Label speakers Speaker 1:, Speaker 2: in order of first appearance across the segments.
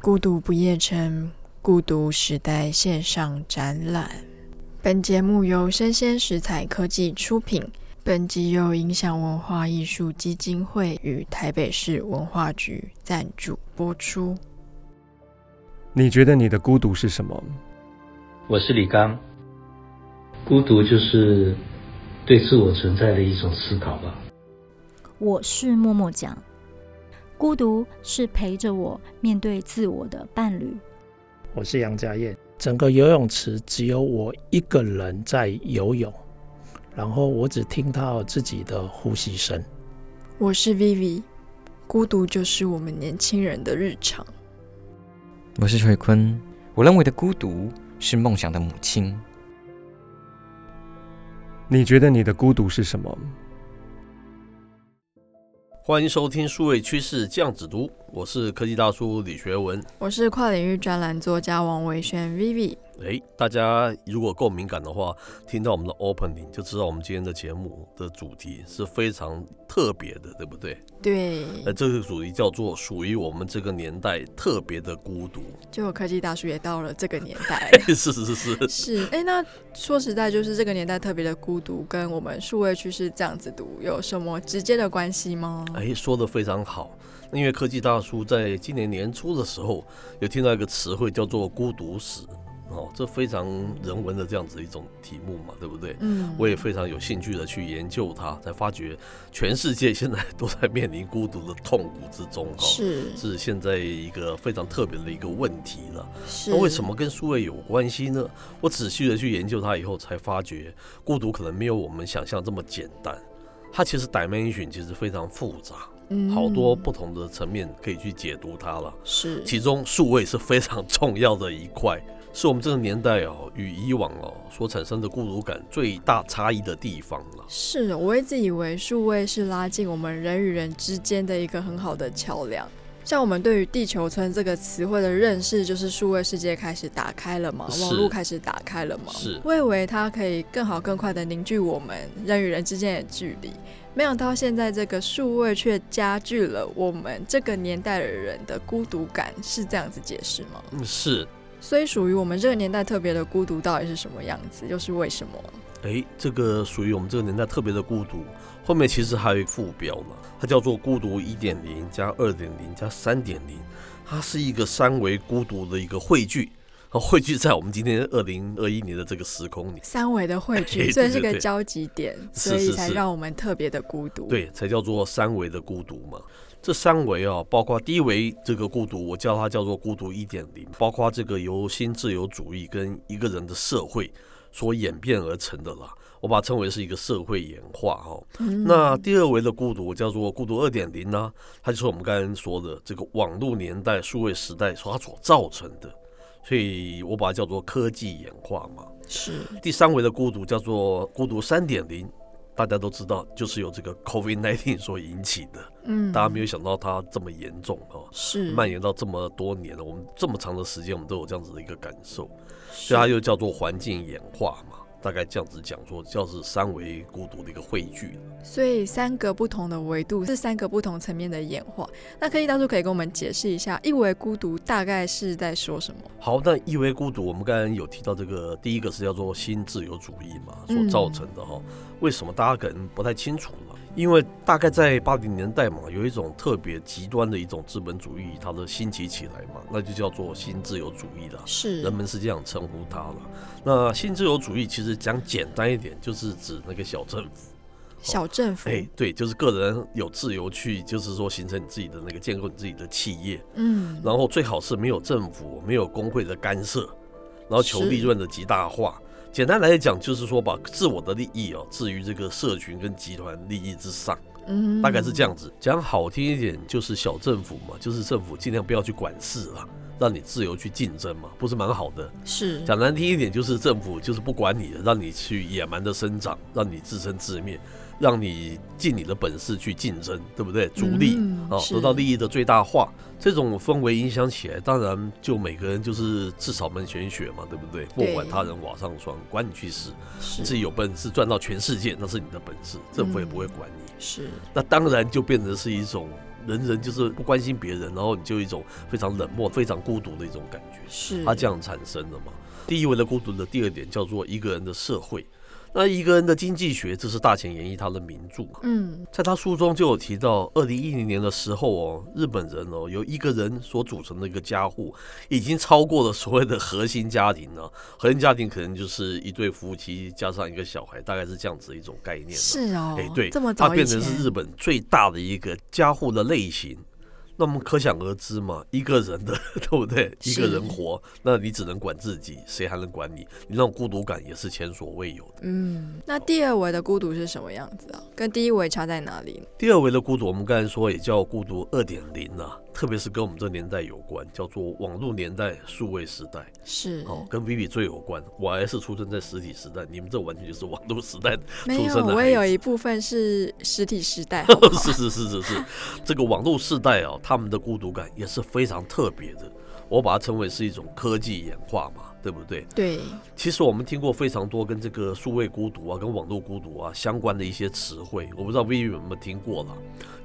Speaker 1: 孤独不夜城孤独时代线上展览。本节目由生鲜食材科技出品，本集由影响文化艺术基金会与台北市文化局赞助播出。
Speaker 2: 你觉得你的孤独是什么？
Speaker 3: 我是李刚。孤独就是对自我存在的一种思考吧。
Speaker 4: 我是默默讲，孤独是陪着我面对自我的伴侣。
Speaker 5: 我是杨家燕。整个游泳池只有我一个人在游泳，然后我只听到自己的呼吸声。
Speaker 1: 我是 Vivi，孤独就是我们年轻人的日常。
Speaker 6: 我是翠坤，我认为的孤独是梦想的母亲。
Speaker 2: 你觉得你的孤独是什么？
Speaker 7: 欢迎收听数位趋势酱子读，我是科技大叔李学文。
Speaker 1: 我是跨领域专栏作家王维轩 Vivi。
Speaker 7: 诶，大家如果够敏感的话，听到我们的 opening 就知道我们今天的节目的主题是非常特别的，对不对？
Speaker 1: 对，
Speaker 7: 呃，这个主题叫做“属于我们这个年代特别的孤独。
Speaker 1: 就科技大叔也到了这个年代。”
Speaker 7: 是是是是，
Speaker 1: 是，哎，那说实在，就是这个年代特别的孤独，跟我们数位趋势这样子读有什么直接的关系吗？
Speaker 7: 哎，说的非常好。那因为科技大叔在今年年初的时候，有听到一个词汇叫做“孤独史”，哦，这非常人文的这样子一种题目嘛，对不对？
Speaker 1: 嗯，
Speaker 7: 我也非常有兴趣的去研究它，才发觉全世界现在 都在面临孤独的痛苦之中哈、哦，
Speaker 1: 是
Speaker 7: 是现在一个非常特别的一个问题了。
Speaker 1: 是。
Speaker 7: 那为什么跟数位有关系呢？我仔细的去研究它以后，才发觉孤独可能没有我们想象这么简单，它其实 dimension 其实非常复杂，好多不
Speaker 1: 嗯
Speaker 7: 同的层面可以去解读它了。
Speaker 1: 是
Speaker 7: 其中数位是非常重要的一块， 是我们这个年代哦与以往哦所产生的孤独感最大差异的地方了。
Speaker 1: 是，我一直以为数位是拉近我们人与人之间的一个很好的桥梁。像我们对于“地球村”这个词汇的认识，就是数位世界开始打开了嘛，网
Speaker 7: 是
Speaker 1: 络开始打开了嘛。
Speaker 7: 是
Speaker 1: 我以为它可以更好、更快的凝聚我们人与人之间的距离，没想到现在这个数位却加剧了我们这个年代的人的孤独感，是这样子解释吗？
Speaker 7: 嗯，是，
Speaker 1: 所以属于我们这个年代特别的孤独到底是什么样子，又是为什么？
Speaker 7: 诶，这个属于我们这个年代特别的孤独。后面其实还有一个副标呢，它叫做“孤独一点零加二点零加三点零”，它是一个三维孤独的一个汇聚，啊，汇聚在我们今天二零二一年的这个时空里。
Speaker 1: 三维的汇
Speaker 7: 嘿
Speaker 1: 聚，
Speaker 7: 对
Speaker 1: 所以是
Speaker 7: 哎对
Speaker 1: 个
Speaker 7: 对
Speaker 1: 交集点，
Speaker 7: 是
Speaker 1: 所以
Speaker 7: 是
Speaker 1: 才
Speaker 7: 是
Speaker 1: 让我们特别的孤独。，
Speaker 7: 对，才叫做三维的孤独嘛。这三维啊，包括第一维这个孤独，我叫它叫做孤独一点零，包括这个由新自由主义跟一个人的社会所演变而成的啦，我把它称为是一个社会演化哦。
Speaker 1: 嗯
Speaker 7: 那第二维的孤独叫做孤独二点零呢，它就是我们刚才说的这个网络年代、数位时代所它所造成的，所以我把它叫做科技演化嘛。
Speaker 1: 是
Speaker 7: 第三维的孤独叫做孤独三点零，大家都知道，就是由这个 COVID 1 9所引起的。
Speaker 1: 嗯，
Speaker 7: 大家没有想到它这么严重哦，
Speaker 1: 是
Speaker 7: 蔓延到这么多年了，我们这么长的时间，我们都有这样子的一个感受，
Speaker 1: 是
Speaker 7: 所以它又叫做环境演化嘛。大概这样子讲说，叫是三维孤独的一个汇聚。
Speaker 1: 所以三个不同的维度是三个不同层面的演化。那科技大叔可以跟我们解释一下，一维孤独大概是在说什么？
Speaker 7: 好，那一维孤独，我们刚才有提到这个，第一个是叫做新自由主义嘛，所
Speaker 1: 嗯
Speaker 7: 造成的哈、为什么大家可能不太清楚呢？因为大概在八零年代嘛，有一种特别极端的一种资本主义，它的兴起起来嘛，那就叫做新自由主义了。
Speaker 1: 是
Speaker 7: 人们是这样称呼它了。那新自由主义其实讲简单一点，就是指那个小政府。
Speaker 1: 小政府，
Speaker 7: 哎、对，就是个人有自由去，就是说形成你自己的那个建构你自己的企业，
Speaker 1: 嗯，
Speaker 7: 然后最好是没有政府、没有工会的干涉，然后求
Speaker 1: 是
Speaker 7: 利润的极大化。简单来讲，就是说把自我的利益哦置于这个社群跟集团利益之上，
Speaker 1: 嗯，
Speaker 7: 大概是这样子。讲好听一点，就是小政府嘛，就是政府尽量不要去管事了，让你自由去竞争嘛，不是蛮好的？
Speaker 1: 是
Speaker 7: 讲难听一点，就是政府就是不管你，让你去野蛮的生长，让你自生自灭，让你尽你的本事去竞争，对不对？逐利
Speaker 1: 嗯
Speaker 7: 啊，
Speaker 1: 是
Speaker 7: 得到利益的最大化，这种氛围影响起来，当然就每个人就是自扫门前雪嘛，对不对？
Speaker 1: 对
Speaker 7: 莫管他人瓦上霜，管你去死，
Speaker 1: 是嗯
Speaker 7: 自己有本事赚到全世界，那是你的本事，政府也不会管你。
Speaker 1: 是
Speaker 7: 那当然就变成是一种人人就是不关心别人，然后你就有一种非常冷漠、非常孤独的一种感觉。
Speaker 1: 是
Speaker 7: 它这样产生的嘛。第一位的孤独的第二点叫做一个人的社会。那一个人的经济学，这是大前研一他的名著嘛。
Speaker 1: 嗯，
Speaker 7: 在他书中就有提到，二零一零年的时候哦，日本人哦由一个人所组成的一个家户，已经超过了所谓的核心家庭了。核心家庭可能就是一对夫妻加上一个小孩，大概是这样子一种概念。
Speaker 1: 是哦，
Speaker 7: 哎，对，
Speaker 1: 这么
Speaker 7: 它
Speaker 1: 早以
Speaker 7: 变
Speaker 1: 前
Speaker 7: 成是日本最大的一个家户的类型。那么可想而知嘛，一个人的 对不对？一个
Speaker 1: 是
Speaker 7: 人活，那你只能管自己，谁还能管你？你那种孤独感也是前所未有的。
Speaker 1: 嗯，那第二维的孤独是什么样子啊？跟第一维差在哪里呢？
Speaker 7: 第二维的孤独，我们刚才说也叫孤独二点零啊，特别是跟我们这年代有关，叫做网络年代、数位时代。
Speaker 1: 是，
Speaker 7: 哦，跟 Vivi 最有关。我还是出生在实体时代，你们这完全就是网络时代
Speaker 1: 没
Speaker 7: 出
Speaker 1: 有，
Speaker 7: 生的
Speaker 1: 我
Speaker 7: 孩
Speaker 1: 也有
Speaker 7: 子
Speaker 1: 一部分是实体时代，好不好？
Speaker 7: 是是是是是，这个网络世代哦，他们的孤独感也是非常特别的。我把它称为是一种科技演化嘛，对不 对？
Speaker 1: 对，
Speaker 7: 其实我们听过非常多跟这个数位孤独啊、跟网络孤独啊相关的一些词汇，我不知道 Vivi 有没有听过啦。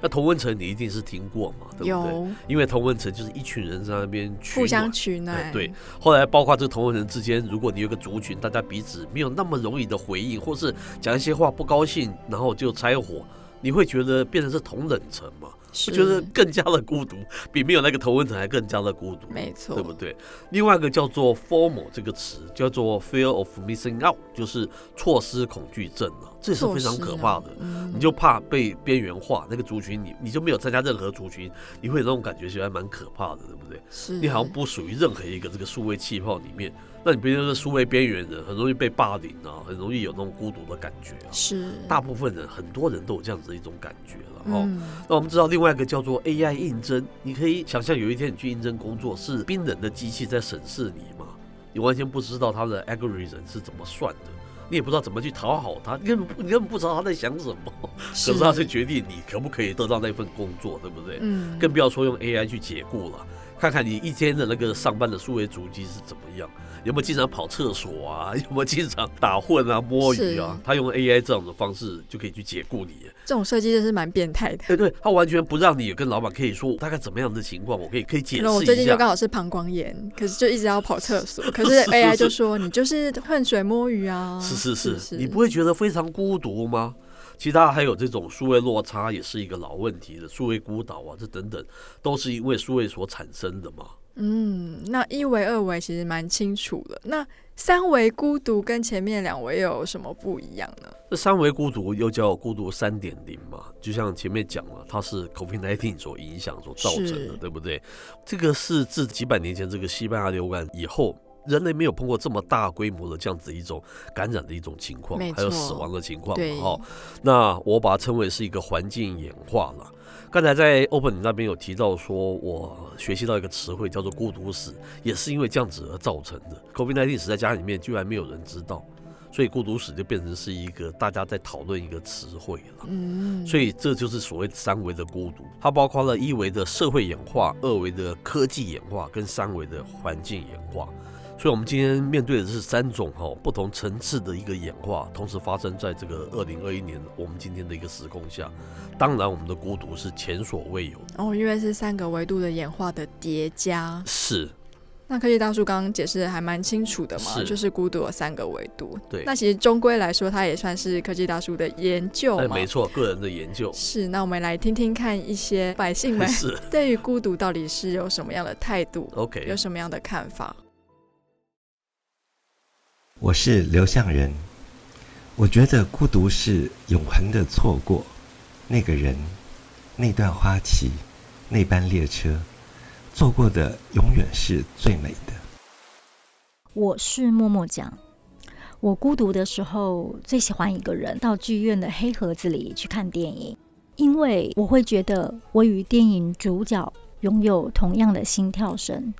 Speaker 7: 那童文成你一定是听过嘛，对不对？
Speaker 1: 有
Speaker 7: 因为童文成就是一群人在那边取
Speaker 1: 互相
Speaker 7: 暖
Speaker 1: 取
Speaker 7: 哎
Speaker 1: 暖，
Speaker 7: 对，后来包括这个同文人之间，如果你有一个族群，大家彼此没有那么容易的回应，或是讲一些话不高兴，然后就拆伙，你会觉得变成是同冷层嘛？
Speaker 1: 是，
Speaker 7: 我觉得更加的孤独，比没有那个同文层还更加的孤独，
Speaker 1: 没错，
Speaker 7: 对不对？另外一个叫做 “formal” 这个词，叫做 “fear of missing out”，就是错失恐惧症啊，这也是
Speaker 1: 措
Speaker 7: 非常
Speaker 1: 施
Speaker 7: 可
Speaker 1: 呢
Speaker 7: 怕的。
Speaker 1: 嗯
Speaker 7: 你就怕被边缘化，那个族群你你就没有参加任何族群，你会有那种感觉，其实还蛮可怕的，对不对？
Speaker 1: 是
Speaker 7: 你好像不属于任何一个这个数位气泡里面，那你变成是数位边缘人，很容易被霸凌啊，很容易有那种孤独的感觉啊。
Speaker 1: 是
Speaker 7: 大部分人，很多人都有这样子的一种感觉了哦。
Speaker 1: 嗯，
Speaker 7: 那我们知道另外一个叫做 AI 应征，你可以想象有一天你去应征工作，是冰冷的机器在审视你嘛？你完全不知道它的 algorithm 是怎么算的，你也不知道怎么去讨好它，你根本不你根本不知道它在想什么，可
Speaker 1: 是
Speaker 7: 是它是决定你可不可以得到那份工作，对不对？
Speaker 1: 嗯，
Speaker 7: 更不要说用 AI 去解雇了。看看你一天的那个上班的数位足迹是怎么样，有没有经常跑厕所啊？ 有没有经常打混啊、摸鱼啊
Speaker 1: 是？
Speaker 7: 他用 AI 这样的方式就可以去解雇你。
Speaker 1: 这种设计真是蛮变态的。
Speaker 7: 哎，对，他完全不让你跟老板可以说大概怎么样的情况，我可以可以解
Speaker 1: 那我最
Speaker 7: 释一
Speaker 1: 近就刚
Speaker 7: 下。
Speaker 1: 好是膀胱炎，可是就一直要跑厕所，可
Speaker 7: 是
Speaker 1: 是
Speaker 7: 是
Speaker 1: AI 就是说你就是混水摸鱼啊，
Speaker 7: 是是
Speaker 1: 是
Speaker 7: 是，你不会觉得非常孤独吗？其他还有这种数位落差也是一个老问题的，数位孤岛啊，这等等都是因为数位所产生的嘛。
Speaker 1: 嗯，那一维、二维其实蛮清楚了。那三维孤独跟前面两维又有什么不一样呢？
Speaker 7: 这三维孤独又叫孤独三点零嘛，就像前面讲了，它是 COVID-19 所影响所造成
Speaker 1: 是
Speaker 7: 的，对不对？这个是自几百年前这个西班牙流感以后，人类没有碰过这么大规模的这样子一种感染的一种情况
Speaker 1: 没，错
Speaker 7: 还有死亡的情况
Speaker 1: 对
Speaker 7: 嘛，哈、那我把它称为是一个环境演化了。刚才在 Open 你那边有提到说，我学习到一个词汇叫做孤独死，也是因为这样子而造成的。COVID-19 死在家里面居然没有人知道，所以孤独死就变成是一个大家在讨论一个词汇了。
Speaker 1: 嗯，
Speaker 7: 所
Speaker 1: 以
Speaker 7: 以这就是所谓三维的孤独，它包括了一维的社会演化、二维的科技演化跟三维的环境演化。所以，我们今天面对的是三种哈、不同层次的一个演化，同时发生在这个二零二一年我们今天的一个时空下。当然，我们的孤独是前所未有的，
Speaker 1: 哦，因为是三个维度的演化的叠加。
Speaker 7: 是
Speaker 1: 那科技大叔刚刚解释的还蛮清楚的嘛，
Speaker 7: 是
Speaker 1: 就是孤独有三个维度。
Speaker 7: 对
Speaker 1: 那其实终归来说，它也算是科技大叔的研究
Speaker 7: 哎，
Speaker 1: 嘛。
Speaker 7: 没错，个人的研究
Speaker 1: 是，那我们来听听看一些百姓 们
Speaker 7: 是
Speaker 1: 对于孤独到底是有什么样的态度，有
Speaker 7: OK。
Speaker 1: 什么样的看法？
Speaker 8: 我是刘向仁，我觉得孤独是永恒的错过那个人、那段花期、那班列车，错过的永远是最美的。
Speaker 4: 我是默默讲，我孤独的时候最喜欢一个人到剧院的黑盒子里去看电影，因为我会觉得我与电影主角拥有同样的心跳声。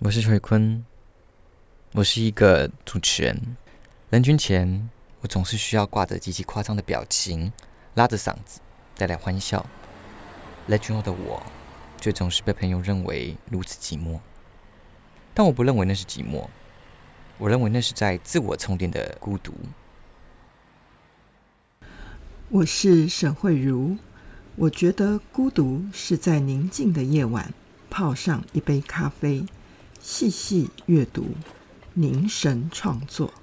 Speaker 6: 我是崔坤，我是一个主持人。人群前，我总是需要挂着极其夸张的表情，拉着嗓子带来欢笑。人群后的我，却总是被朋友认为如此寂寞。但我不认为那是寂寞，我认为那是在自我充电的孤独。
Speaker 3: 我是沈慧茹，我觉得孤独是在宁静的夜晚，泡上一杯咖啡，细细阅读，凝神创作。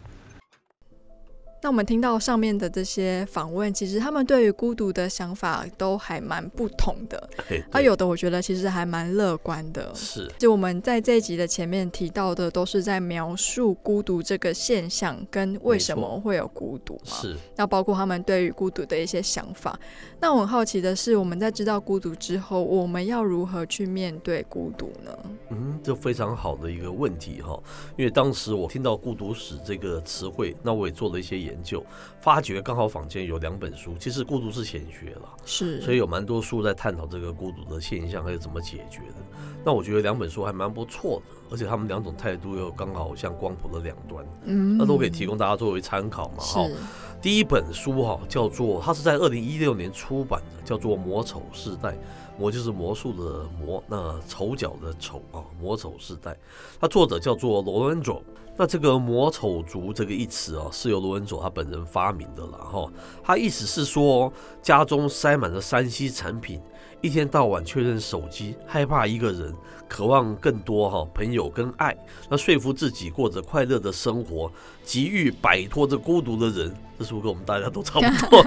Speaker 1: 那我们听到上面的这些访问，其实他们对于孤独的想法都还蛮不同的。
Speaker 7: 嘿，
Speaker 1: 啊，有的我觉得其实还蛮乐观的
Speaker 7: 对。是
Speaker 1: 就我们在这一集的前面提到的，都是在描述孤独这个现象跟为什么会有孤独嘛。
Speaker 7: 是，
Speaker 1: 那包括他们对于孤独的一些想法。那我很好奇的是，我们在知道孤独之后，我们要如何去面对孤独呢？
Speaker 7: 嗯，这非常好的一个问题哈，因为当时我听到“孤独史”这个词汇，那我也做了一些研究，发觉刚好坊间有两本书，其实孤独是显学了。
Speaker 1: 是，
Speaker 7: 所以有蛮多书在探讨这个孤独的现象还有怎么解决的。那我觉得两本书还蛮不错的，而且他们两种态度又刚好像光谱的两端，
Speaker 1: 嗯
Speaker 7: 那都可以提供大家作为参考嘛哈。
Speaker 1: 是
Speaker 7: 第一本书哈叫做，它是在二零一六年出版的，叫做《魔丑世代》，魔就是魔术的魔，那丑角的丑啊，魔丑世代。它作者叫做罗恩佐。那这个魔丑族这个一词啊，是由罗恩佐他本人发明的啦哈。他意思是说，家中塞满了山西产品，一天到晚确认手机，害怕一个人，渴望更多哈朋友跟爱，那说服自己过着快乐的生活，急于摆脱这孤独的人，这是不是跟我们大家都差不多？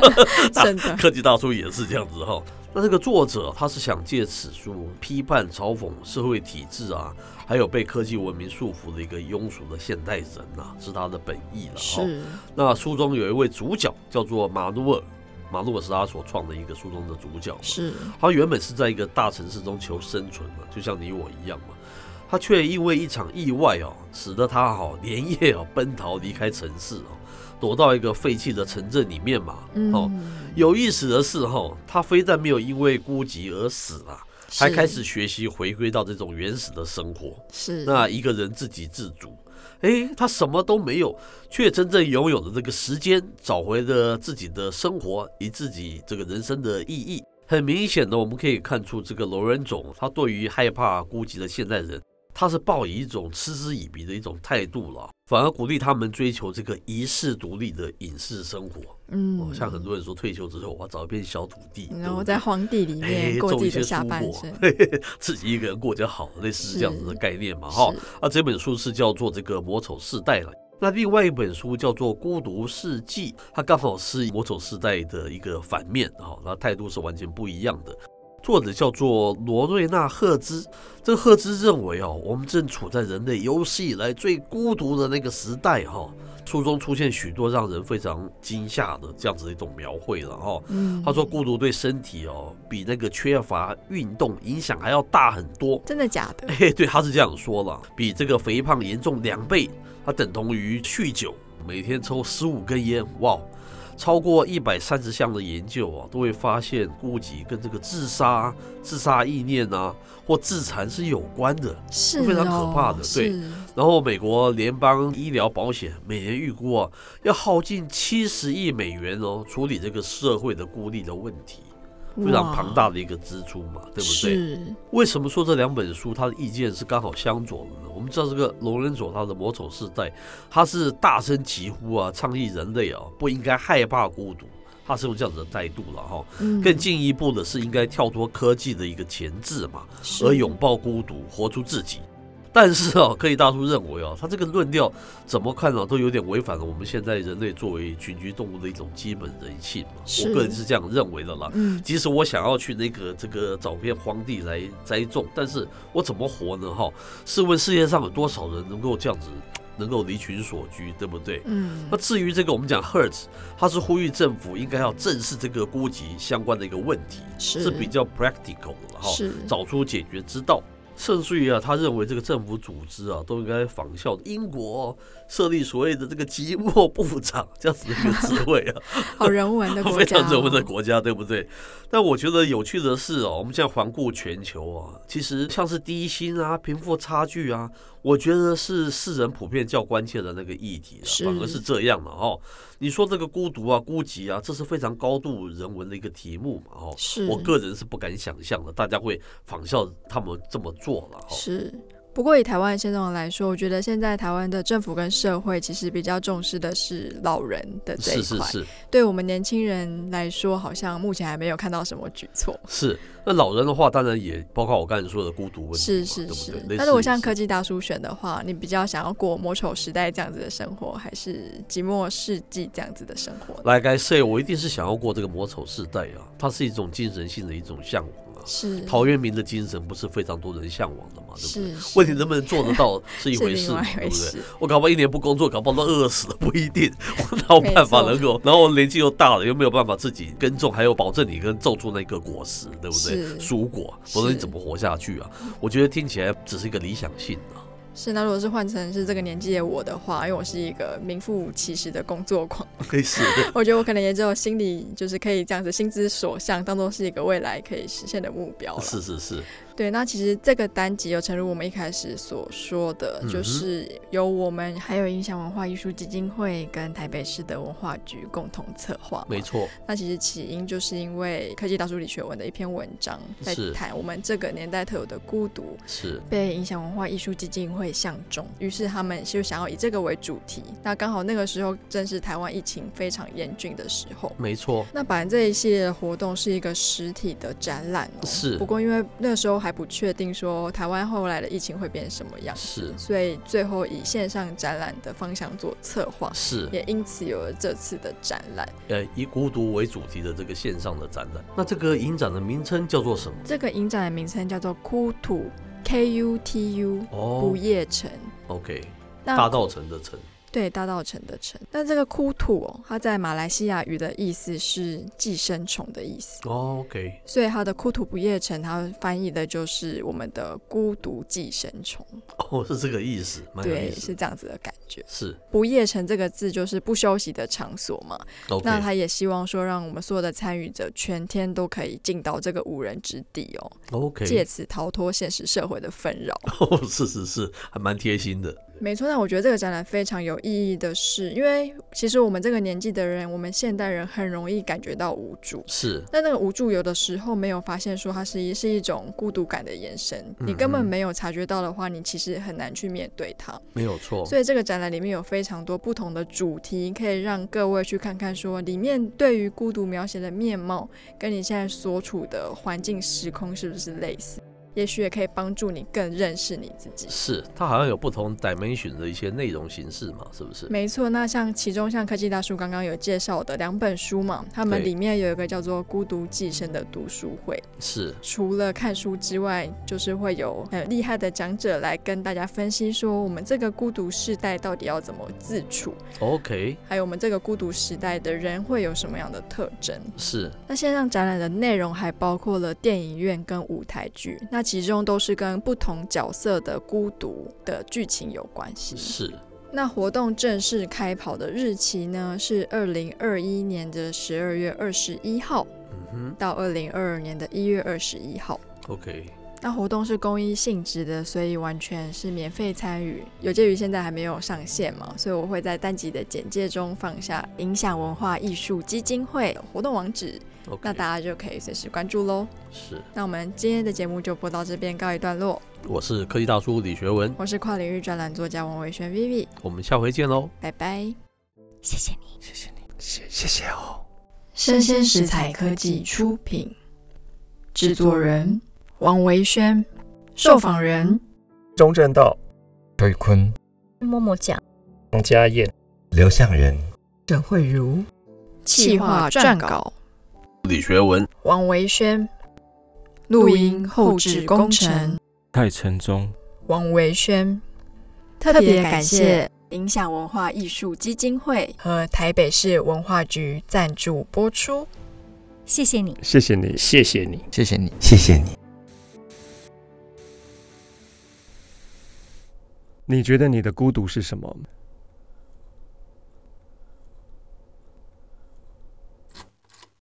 Speaker 1: 真 的
Speaker 7: 科技大叔也是这样子哈。那这个作者他是想借此书批判、嘲讽社会体制啊，还有被科技文明束缚的一个庸俗的现代人呐、是他的本意了哈。
Speaker 1: 是
Speaker 7: 那书中有一位主角叫做马努尔，马努尔是他所创的一个书中的主角嘛。
Speaker 1: 是
Speaker 7: 他原本是在一个大城市中求生存嘛，就像你我一样嘛。他却因为一场意外哦，使得他哦连夜哦奔逃离开城市哦，躲到一个废弃的城镇里面嘛。哦，
Speaker 1: 嗯，
Speaker 7: 有意思的是哈、哦，他非但没有因为孤寂而死啊，还
Speaker 1: 是
Speaker 7: 开始学习回归到这种原始的生活。
Speaker 1: 是
Speaker 7: 那一个人自给自足。诶，他什么都没有，却真正拥有了这个时间，找回了自己的生活以及自己这个人生的意义。很明显的，我们可以看出，这个罗仁总他对于害怕孤寂的现代人，他是抱以一种嗤之以鼻的一种态度了，反而鼓励他们追求这个一世独立的隐士生活。
Speaker 1: 嗯
Speaker 7: 哦，像很多人说退休之后，我要找一片小土地，
Speaker 1: 然
Speaker 7: 对
Speaker 1: 后
Speaker 7: 不
Speaker 1: 在
Speaker 7: 对
Speaker 1: 荒地里面
Speaker 7: 哎
Speaker 1: 过
Speaker 7: 种
Speaker 1: 自己
Speaker 7: 一
Speaker 1: 的
Speaker 7: 些
Speaker 1: 下
Speaker 7: 蔬
Speaker 1: 半
Speaker 7: 果
Speaker 1: 身，
Speaker 7: 自己一个人过就好，类似
Speaker 1: 是
Speaker 7: 这样子的概念嘛，哈。啊，这本书是叫做这个《魔丑世代》了。那另外一本书叫做《孤独世纪》，它刚好是《魔丑世代》的一个反面哈，那态度是完全不一样的。作者叫做罗瑞纳·赫兹，这个赫兹认为哦，我们正处在人类有史以来最孤独的那个时代哈、书中出现许多让人非常惊吓的这样子的一种描绘了哈、
Speaker 1: 嗯
Speaker 7: 他说，孤独对身体哦，比那个缺乏运动影响还要大很多。
Speaker 1: 真的假的？
Speaker 7: 嘿，对，他是这样说了，比这个肥胖严重两倍，它等同于酗酒，每天抽十五根烟，哇！哦超过一百三十项的研究啊，都会发现孤寂跟这个自杀、自杀意念啊，或自残是有关的。
Speaker 1: 是
Speaker 7: 非常可怕的
Speaker 1: 哦
Speaker 7: 对
Speaker 1: 是
Speaker 7: 然后，美国联邦医疗保险每年预估啊，要耗尽七十亿美元哦，处理这个社会的孤立的问题，非常庞大
Speaker 1: 哇
Speaker 7: 的一个支出嘛，对不对？
Speaker 1: 是
Speaker 7: 为什么说这两本书它的意见是刚好相左的呢？我们知道这个龙人佐他的《魔丑世代》，他是大声疾呼啊，倡议人类啊不应该害怕孤独，他是用这样子的态度了哈。
Speaker 1: 嗯
Speaker 7: 更进一步的是应该跳脱科技的一个前置嘛，
Speaker 1: 是
Speaker 7: 而拥抱孤独，活出自己。但是哦，科技大叔认为哦，他这个论调怎么看呢、啊都有点违反了我们现在人类作为群居动物的一种基本人性嘛。
Speaker 1: 是
Speaker 7: 我个人是这样认为的啦。
Speaker 1: 嗯
Speaker 7: 即使我想要去那个这个找片荒地来栽种，但是我怎么活呢？哈，试问世界上有多少人能够这样子，能够离群所居，对不对？
Speaker 1: 嗯
Speaker 7: 那至于这个，我们讲 Hertz，它是呼吁政府应该要正视这个孤寂相关的一个问题，
Speaker 1: 是
Speaker 7: 是比较 practical 的了哈，
Speaker 1: 是
Speaker 7: 找出解决之道。甚至于啊，他认为这个政府组织啊，都应该仿效英国设立所谓的这个寂寞部长这样子的一个职位啊，
Speaker 1: 好人文 的国
Speaker 7: 非
Speaker 1: 家哦，
Speaker 7: 常人文的国家，对不对？但我觉得有趣的是哦，我们现在环顾全球啊，其实像是低薪啊、贫富差距啊，我觉得是世人普遍较关切的那个议题了
Speaker 1: 是，
Speaker 7: 反而是这样的哦。你说这个孤独啊、孤寂啊，这是非常高度人文的一个题目嘛哦。
Speaker 1: 是
Speaker 7: 我个人是不敢想象的，大家会仿效他们这么做了哦。
Speaker 1: 是。不过以台湾现状来说，我觉得现在台湾的政府跟社会其实比较重视的是老人的这一
Speaker 7: 是是
Speaker 1: 块，
Speaker 7: 是
Speaker 1: 对我们年轻人来说，好像目前还没有看到什么举措。
Speaker 7: 是。那老人的话，当然也包括我刚才说的孤独问题
Speaker 1: 是
Speaker 7: 嘛，
Speaker 1: 是是
Speaker 7: 对不，对？
Speaker 1: 那如果
Speaker 7: 类似
Speaker 1: 像科技大叔选的话，你比较想要过魔丑时代这样子的生活，还是寂寞世纪这样子的生活呢？
Speaker 7: ，like I say，我一定是想要过这个魔丑世代啊，它是一种精神性的一种向往啊。
Speaker 1: 是
Speaker 7: 陶渊明的精神不是非常多人向往的嘛，对不对？
Speaker 1: 是是
Speaker 7: 问题能不能做得到是一
Speaker 1: 是
Speaker 7: 回事
Speaker 1: 另
Speaker 7: 嘛
Speaker 1: 外，一
Speaker 7: 对
Speaker 1: 回
Speaker 7: 不对？
Speaker 1: 事。
Speaker 7: 我搞不好一年不工作，搞不好都饿死了，不一定。我哪有办法能够？然后我年纪又大了，又没有办法自己耕种，还有保证你跟种出那个果实，对不
Speaker 1: 是
Speaker 7: 对？蔬果，否则你怎么活下去啊？我觉得听起来只是一个理想性啊。
Speaker 1: 是，那如果是换成是这个年纪的我的话，因为我是一个名副其实的工作狂，
Speaker 7: 可以是，
Speaker 1: 我觉得我可能也只有心里就是可以这样子心之所向，当做是一个未来可以实现的目标了。
Speaker 7: 是是是，
Speaker 1: 对，那其实这个单集有诚如我们一开始所说的，
Speaker 7: 嗯哼
Speaker 1: 就是由我们还有影响文化艺术基金会跟台北市的文化局共同策划嘛。
Speaker 7: 没错，
Speaker 1: 那其实起因就是因为科技大叔李学文的一篇文章，在
Speaker 7: 是
Speaker 1: 谈我们这个年代特有的孤独，
Speaker 7: 是
Speaker 1: 被影响文化艺术基金会相中，于是他们就想要以这个为主题。那刚好那个时候正是台湾疫情非常严峻的时候。
Speaker 7: 没错，
Speaker 1: 那本来这一系列的活动是一个实体的展览哦，
Speaker 7: 是
Speaker 1: 不过因为那时候还不确定说台湾后来的疫情会变什么样，
Speaker 7: 是
Speaker 1: 所以最后以线上展览的方向做策划，
Speaker 7: 是，
Speaker 1: 也因此有了这次的展览。
Speaker 7: 呃，以孤独为主题的这个线上的展览。那这个影展的名称叫做什么？
Speaker 1: 这个影展的名称叫做“哭土 ”（KUTU）
Speaker 7: 哦
Speaker 1: 不夜城。
Speaker 7: ，OK，
Speaker 1: 那
Speaker 7: 大道城的城，
Speaker 1: 对，大道城的城。那这个枯土哦，它在马来西亚语的意思是寄生虫的意思，
Speaker 7: 哦，OK，
Speaker 1: 所以它的枯土不夜城，它翻译的就是我们的孤独寄生虫，
Speaker 7: 哦，是这个意思，蛮有
Speaker 1: 对，
Speaker 7: 意思
Speaker 1: 是
Speaker 7: 的，
Speaker 1: 这样子的感觉。
Speaker 7: 是
Speaker 1: 不夜城这个字就是不休息的场所嘛，
Speaker 7: ，OK，
Speaker 1: 那他也希望说，让我们所有的参与者全天都可以进到这个无人之地哦，
Speaker 7: OK，
Speaker 1: 借此逃脱现实社会的纷扰。
Speaker 7: 哦，是是是，还蛮贴心的。
Speaker 1: 没错，那我觉得这个展览非常有意义的是，因为其实我们这个年纪的人，我们现代人很容易感觉到无助。
Speaker 7: 是
Speaker 1: 但那个无助有的时候没有发现，说它是一是一种孤独感的延伸。你根本
Speaker 7: 嗯嗯哦
Speaker 1: 没有察觉到的话，你其实很难去面对它。
Speaker 7: 没有错，
Speaker 1: 所以这个展览里面有非常多不同的主题，可以让各位去看看，说里面对于孤独描写的面貌，跟你现在所处的环境时空是不是类似？也许也可以帮助你更认识你自己。
Speaker 7: 是它好像有不同 dimension 的一些内容形式嘛，是不是？
Speaker 1: 没错，那像其中像科技大叔刚刚有介绍的两本书嘛，他们
Speaker 7: 对
Speaker 1: 里面有一个叫做《孤独寄生》的读书会，
Speaker 7: 是
Speaker 1: 除了看书之外，就是会有很厉害的讲者来跟大家分析说，我们这个孤独世代到底要怎么自处，
Speaker 7: OK，
Speaker 1: 还有我们这个孤独时代的人会有什么样的特征？
Speaker 7: 是
Speaker 1: 那线上展览的内容还包括了电影院跟舞台剧，那其中都是跟不同角色的孤独的剧情有关系。
Speaker 7: 是
Speaker 1: 那活动正式开跑的日期呢是二零二一年的十二月二十一号
Speaker 7: 嗯哼
Speaker 1: 到二零二二年的一月二十一号。
Speaker 7: ，OK，
Speaker 1: 那活动是公益性质的，所以完全是免费参与。有鉴于现在还没有上线嘛，所以我会在单集的简介中放下影响文化艺术基金会的活动网址，
Speaker 7: OK，
Speaker 1: 那大家就可以随时关注喽。
Speaker 7: 是
Speaker 1: 那我们今天的节目就播到这边告一段落。
Speaker 7: 我是科技大叔李学文，
Speaker 1: 我是跨领域专栏作家王维轩 Vivi，
Speaker 7: 我们下回见喽。
Speaker 1: 拜拜。
Speaker 4: 谢谢你。
Speaker 6: 谢谢你。
Speaker 5: 谢谢谢哦。
Speaker 2: 生鲜食材科技出品，制作人王维轩，受访人
Speaker 5: 中正道
Speaker 6: 瑞坤，
Speaker 4: 默默讲。
Speaker 5: 王家燕。
Speaker 8: 刘向仁。
Speaker 3: 沈慧茹。
Speaker 2: 企划撰稿
Speaker 7: 李学文，
Speaker 2: 王维轩，录音后置工程
Speaker 9: 太沉重。
Speaker 2: 王维轩。
Speaker 1: 特别感谢影响文化艺术基金会和台北市文化局赞助播出。
Speaker 4: 谢谢你。
Speaker 9: 谢谢你。
Speaker 5: 谢谢你。
Speaker 6: 谢谢你。
Speaker 8: 谢谢你。
Speaker 9: 你觉得你的孤独是什么？